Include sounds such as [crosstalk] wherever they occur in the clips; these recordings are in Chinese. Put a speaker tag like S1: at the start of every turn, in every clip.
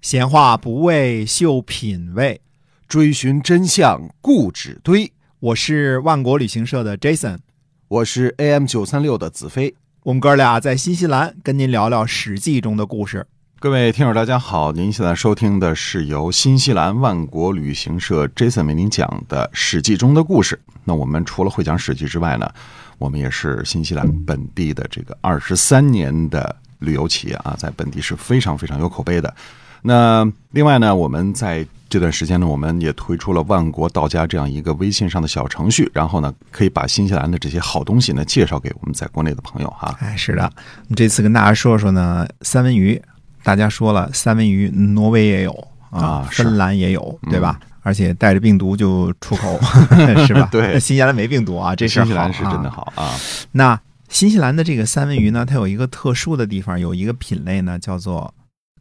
S1: 闲话不为秀品味，
S2: 追寻真相固执堆。
S1: 我是万国旅行社的 Jason，
S2: 我是 AM 九三六的子飞。
S1: 我们哥俩在新西兰跟您聊聊《史记》中的故事。
S2: 各位听友，大家好，您现在收听的是由新西兰万国旅行社 Jason 为您讲的《史记》中的故事。那我们除了会讲《史记》之外呢，我们也是新西兰本地的这个二十三年的旅游企业啊，在本地是非常非常有口碑的。那另外呢，我们在这段时间呢，我们也推出了万国到家这样一个微信上的小程序，然后呢，可以把新西兰的这些好东西呢介绍给我们在国内的朋友哈、
S1: 哎，是的，我们这次跟大家说说呢，三文鱼。大家说了，三文鱼挪威也有啊，
S2: 啊是
S1: 芬兰也有，对吧？而且带着病毒就出
S2: [laughs]
S1: 口，是吧？
S2: 对
S1: 新西兰没病毒啊，这事
S2: 新
S1: 儿
S2: 西兰
S1: 好
S2: 是真的
S1: 啊
S2: 好啊，
S1: 那新西兰的这个三文鱼呢，它有一个特殊的地方，有一个品类呢叫做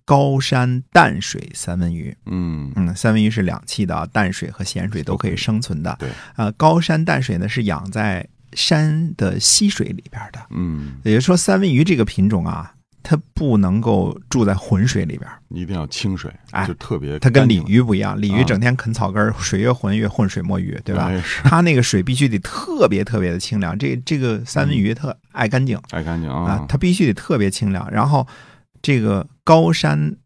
S1: 高山淡水三文鱼。
S2: 嗯，
S1: 嗯，三文鱼是两栖的啊，淡水和咸水都可以生存的。
S2: 对，
S1: 呃，高山淡水呢是养在山的溪水里边的，
S2: 嗯，
S1: 也就是说，三文鱼这个品种啊，它不能够住在浑水里边。
S2: 一定要清水，
S1: 哎
S2: 就特别
S1: 它
S2: 干
S1: 跟
S2: 净
S1: 鲤鱼不一样，鲤鱼
S2: 啊
S1: 整天啃草根儿，水越浑越浑水摸鱼，对吧？
S2: 哎是
S1: 它那个水必须得特别特别的清凉，这这个三文鱼特爱干净
S2: 爱干净
S1: 啊
S2: 啊，，
S1: 它必须得特别清凉。然后这个高山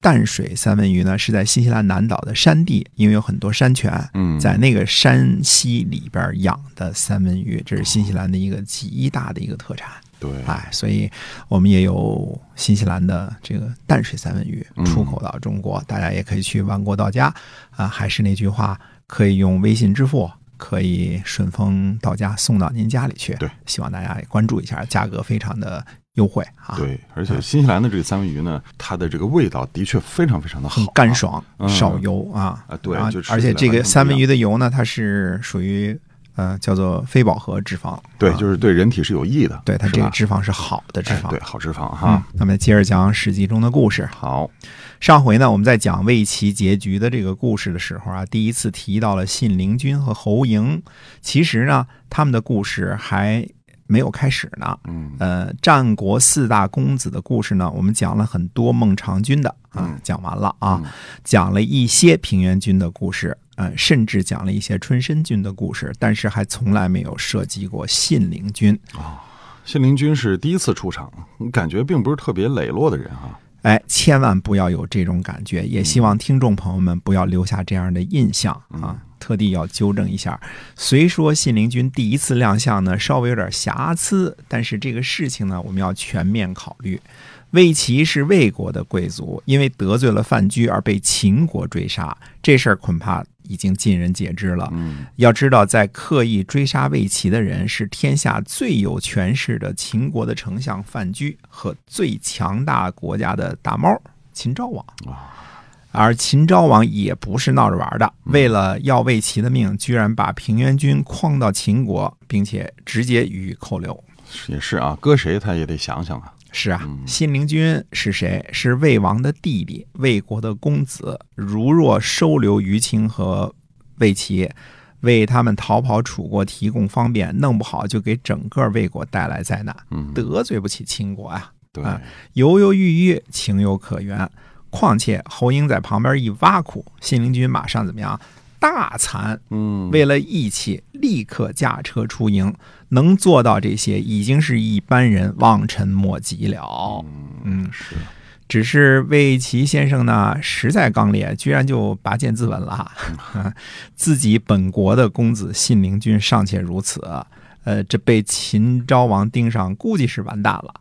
S1: 淡水三文鱼呢，是在新西兰南岛的山地，因为有很多山泉，
S2: 嗯，
S1: 在那个山溪里边养的三文鱼，这是新西兰的一个极大的一个特产。
S2: 对，
S1: 哎，所以我们也有新西兰的这个淡水三文鱼
S2: 嗯
S1: 出口到中国，大家也可以去万国到家啊。还是那句话，可以用微信支付，可以顺丰到家送到您家里去。
S2: 对，
S1: 希望大家也关注一下，价格非常的优惠啊，，
S2: 对，而且新西兰的这个三文鱼呢，它的这个味道的确非常非常的好
S1: 很
S2: 啊，
S1: 干爽，
S2: 嗯
S1: 少油啊
S2: 啊对
S1: 然后
S2: 就吃起来
S1: 而且这
S2: 完全
S1: 个
S2: 不一
S1: 三文
S2: 样
S1: 鱼的油呢，它是属于呃叫做非饱和脂肪，
S2: 对，
S1: 啊
S2: 就是对人体是有益的，
S1: 对它
S2: 是
S1: 这个
S2: 吧
S1: 脂肪是好的脂
S2: 哎
S1: 肪。
S2: 对，好脂肪
S1: 嗯
S2: 哈，，
S1: 那么接着讲《史记》中的故事。
S2: 好，
S1: 上回呢，我们在讲魏齐结局的这个故事的时候啊，第一次提到了信陵君和侯嬴。其实呢，他们的故事还没有开始呢。
S2: 嗯，
S1: 呃，战国四大公子的故事呢，我们讲了很多孟尝君的啊
S2: 嗯，
S1: 讲完了啊
S2: 嗯，
S1: 讲了一些平原君的故事，呃，甚至讲了一些春申君的故事，但是还从来没有涉及过信陵君。
S2: 信陵君是第一次出场，感觉并不是特别磊落的人啊，
S1: 哎，千万不要有这种感觉，也希望听众朋友们不要留下这样的印象啊！特地要纠正一下。虽说信陵君第一次亮相呢，稍微有点瑕疵，但是这个事情呢，我们要全面考虑。魏齐是魏国的贵族，因为得罪了范雎而被秦国追杀，这事儿恐怕已经尽人皆知了。
S2: 嗯，
S1: 要知道，在刻意追杀魏齐的人是天下最有权势的秦国的丞相范雎和最强大国家的大猫秦昭王。
S2: 啊，
S1: 而秦昭王也不是闹着玩的，为了要魏齐的命，居然把平原君诓到秦国，并且直接予以扣留。
S2: 是也是啊，搁谁他也得想想啊，
S1: 是啊，
S2: 嗯
S1: 信陵君是谁？是魏王的弟弟，魏国的公子。如若收留于清和魏齐，为他们逃跑楚国提供方便，弄不好就给整个魏国带来灾难，
S2: 嗯，
S1: 得罪不起秦国啊！
S2: 对，
S1: 啊犹犹豫豫，情有可原。况且侯英在旁边一挖苦，信陵君马上怎么样？大惭
S2: 嗯，
S1: 为了义气，立刻驾车出营，能做到这些，已经是一般人望尘莫及了。嗯，
S2: 是，
S1: 只是魏齐先生呢，实在刚烈，居然就拔剑自刎了。 [laughs] 自己本国的公子信陵君尚且如此，呃，这被秦昭王盯上，估计是完蛋了。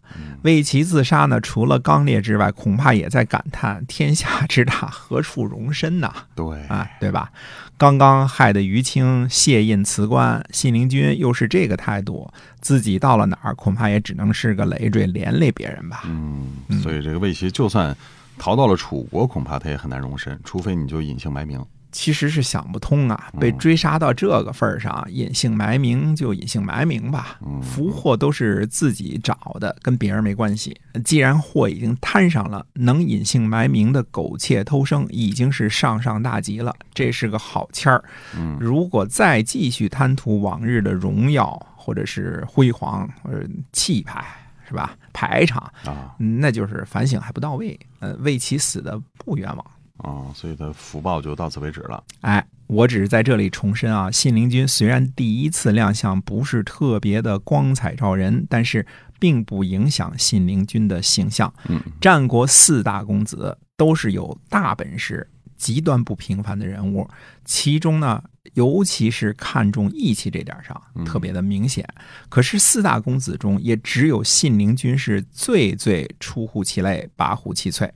S1: 魏齐自杀呢，除了刚烈之外，恐怕也在感叹天下之大，何处容身呐？
S2: 对，
S1: 啊，对吧？刚刚害得于清谢印辞官，信陵君又是这个态度，自己到了哪儿，恐怕也只能是个累赘，连累别人吧。
S2: 嗯，所以这个魏齐就算逃到了楚国，恐怕他也很难容身，除非你就隐姓埋名，
S1: 其实是想不通啊，被
S2: 嗯
S1: 追杀到这个份儿上，隐姓埋名就隐姓埋名吧。
S2: 嗯，
S1: 福祸都是自己找的，跟别人没关系。既然祸已经摊上了，能隐姓埋名的苟且偷生已经是上上大吉了，这是个好签儿。
S2: 嗯
S1: 如果再呃继续贪图往日的荣耀，或者是辉煌，或者气派，是吧？排场，
S2: 啊
S1: 那就是反省还不到位，呃，为其死的不冤枉。
S2: 啊，所以他福报就到此为止了。
S1: 哎，我只是在这里重申啊，信陵君虽然第一次亮相不是特别的光彩照人，但是并不影响信陵君的形象。
S2: 嗯，
S1: 战国四大公子都是有大本事、极端不平凡的人物，其中呢，尤其是看重义气这点上
S2: 嗯
S1: 特别的明显。可是四大公子中，也只有信陵君是最最出乎其类、拔乎其萃。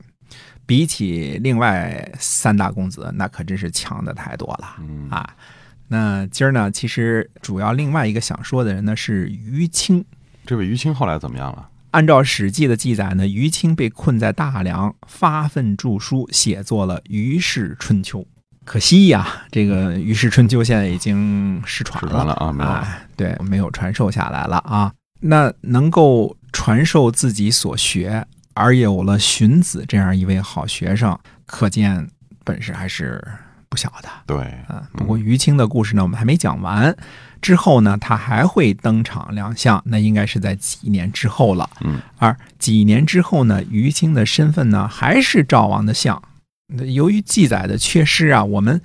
S1: 比起另外三大公子，那可真是强的太多了。
S2: 嗯
S1: 啊。那今儿呢，其实主要另外一个想说的人呢是于清。
S2: 这位于青后来怎么样了？
S1: 按照《史记》的记载呢，于清被困在大梁，发愤著书，写作了《于氏春秋》。可惜呀、这个《于氏春秋》现在已经失传
S2: 嗯失
S1: 了
S2: 传了啊，没有了。
S1: 哎，对，没有传授下来了啊。那能够传授自己所学，而有了荀子这样一位好学生，可见本事还是不小的。
S2: 对，
S1: 啊，不过于青的故事呢，我们还没讲完。之后呢，他还会登场亮相，那应该是在几年之后了。
S2: 嗯，
S1: 而几年之后呢，于青的身份呢，还是赵王的相。那由于记载的缺失啊，我们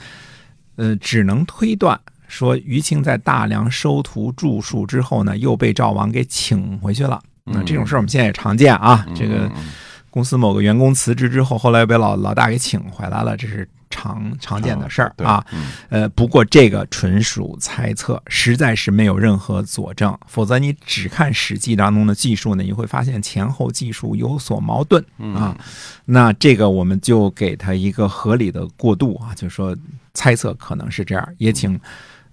S1: 呃只能推断说，于青在大梁收徒住宿之后呢，又被赵王给请回去了。那这种事儿我们现在也常见啊，这个
S2: 嗯嗯
S1: 公司某个员工辞职之后，后来又被老老大给请回来了，这是常常见的事儿
S2: 对
S1: 啊。，
S2: 嗯
S1: 呃，不过这个纯属猜测，实在是没有任何佐证。否则你只看《史记》当中的记述呢，你会发现前后记述有所矛盾啊。那这个我们就给他一个合理的过渡啊，就是说猜测可能是这样，也请。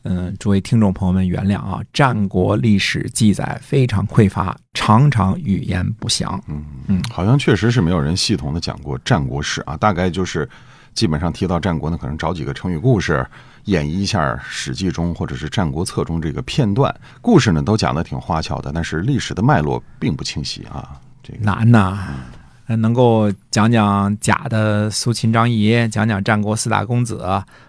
S1: 嗯，诸位听众朋友们原谅啊，战国历史记载非常匮乏，常常语言不详。
S2: 嗯，好像确实是没有人系统的讲过战国史啊，大概就是基本上提到战国呢，可能找几个成语故事演绎一下《史记》中或者是《战国策》中这个片段，故事呢都讲的挺花巧的，但是历史的脉络并不清晰啊。这个
S1: 难呐、呃能够讲讲假的苏秦张仪，讲讲战国四大公子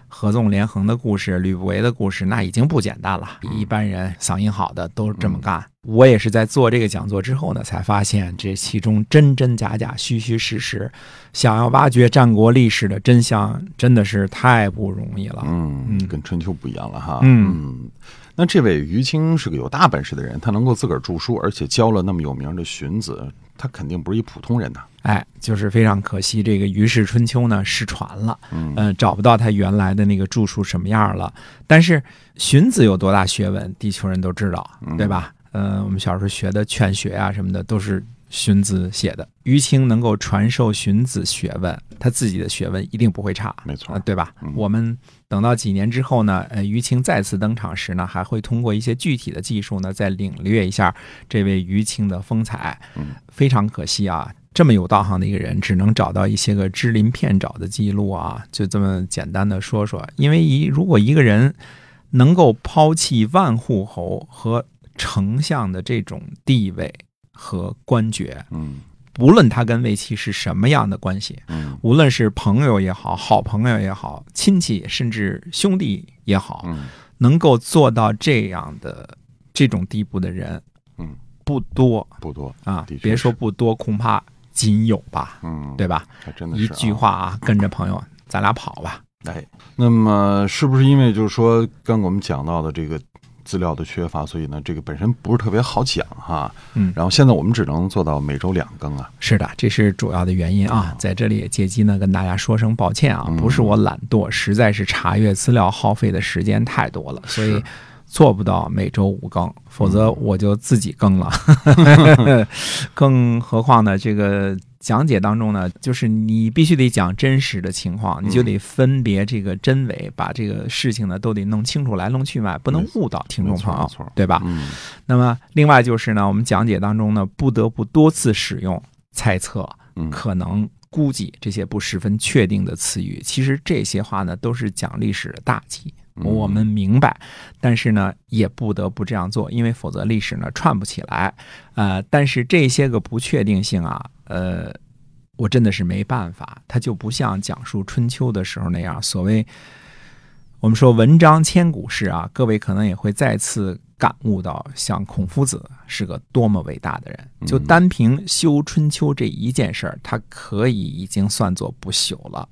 S1: 合纵连横的故事、吕不韦的故事，那已经不简单了。比一般人嗓音好的都这么干。我也是在做这个讲座之后呢，才发现这其中真真假假、虚虚实实。想要挖掘战国历史的真相，真的是太不容易了。
S2: 嗯
S1: 嗯，
S2: 跟春秋不一样了哈。
S1: 嗯
S2: 那这位于青是个有大本事的人，他能够自个儿著书，而且教了那么有名的荀子，他肯定不是一普通人呐。
S1: 哎，就是非常可惜，这个《于氏春秋》呢失传了，
S2: 嗯
S1: 呃，找不到他原来的那个著述什么样了。但是荀子有多大学问，地球人都知道，
S2: 嗯
S1: 对吧？呃，我们小时候学的《劝学》啊什么的，都是荀子写的。于清能够传授荀子学问，他自己的学问一定不会差。
S2: 没错
S1: 啊，，对吧
S2: 嗯？
S1: 我们等到几年之后呢，呃，于清再次登场时呢，还会通过一些具体的技术呢，再领略一下这位于清的风采
S2: 嗯。
S1: 非常可惜啊，这么有道行的一个人，只能找到一些个支林片找的记录啊，就这么简单的说说。因为一如果一个人能够抛弃万户侯和丞相的这种地位和官爵，
S2: 嗯
S1: 不论他跟魏齐是什么样的关系，
S2: 嗯
S1: 无论是朋友也好，好朋友也好，亲戚甚至兄弟也好，
S2: 嗯
S1: 能够做到这样的这种地步的人，
S2: 嗯，
S1: 不多
S2: 不多，
S1: 啊
S2: 的确。是
S1: 别说不多，恐怕仅有吧，
S2: 嗯，
S1: 对吧？
S2: 还真的是、
S1: 一
S2: 啊、
S1: 句话啊，跟着朋友，咱俩跑吧。
S2: 哎，那么是不是因为就是说，刚我们讲到的这个资料的缺乏，所以呢，这个本身不是特别好讲哈。
S1: 嗯
S2: 然后现在我们只能做到每周两更啊。
S1: 是的，这是主要的原因
S2: 哦
S1: 啊。在这里也借机呢跟大家说声抱歉
S2: 嗯
S1: 啊，不是我懒惰，实在是查阅资料耗费的时间太多了，所以
S2: 是嗯
S1: 做不到每周五更，否则我就自己更
S2: [laughs]
S1: 了。更何况呢，这个讲解当中呢，就是你必须得讲真实的情况，你就
S2: 嗯
S1: 得分别这个真伪，把这个事情呢都得弄清楚来龙去脉，不能误导听众朋
S2: 没
S1: 友
S2: 错没错，
S1: 对吧？
S2: 嗯
S1: 那么，另外就是呢，我们讲解当中呢，不得不多次使用猜测、
S2: 嗯
S1: 可能、估计这些不十分确定的词语。其实这些话呢，都是讲历史的大忌，
S2: 嗯
S1: 我们明白。但是呢，也不得不这样做，因为否则历史呢串不起来。呃，但是这些个不确定性啊，呃。我真的是没办法，它就不像讲述春秋的时候那样，所谓我们说文章千古事啊，各位可能也会再次感悟到像孔夫子是个多么伟大的人。就单凭修《春秋》这一件事儿，他可以已经算作不朽了。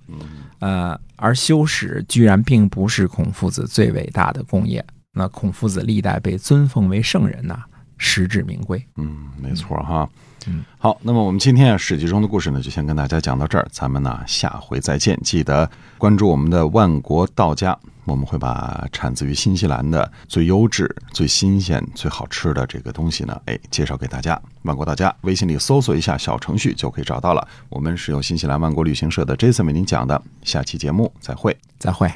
S1: 呃，而修史居然并不是孔夫子最伟大的功业。那孔夫子历代被尊奉为圣人呐、实至名归。
S2: 嗯，没错哈。
S1: 嗯，
S2: 好，那么我们今天《啊史记》中的故事呢，就先跟大家讲到这儿，咱们呢下回再见。记得关注我们的万国道家，我们会把产自于新西兰的最优质、最新鲜、最好吃的这个东西呢，哎，介绍给大家。万国道家微信里搜索一下小程序就可以找到了。我们是由新西兰万国旅行社的 Jason 为您讲的，下期节目再会。
S1: 再会。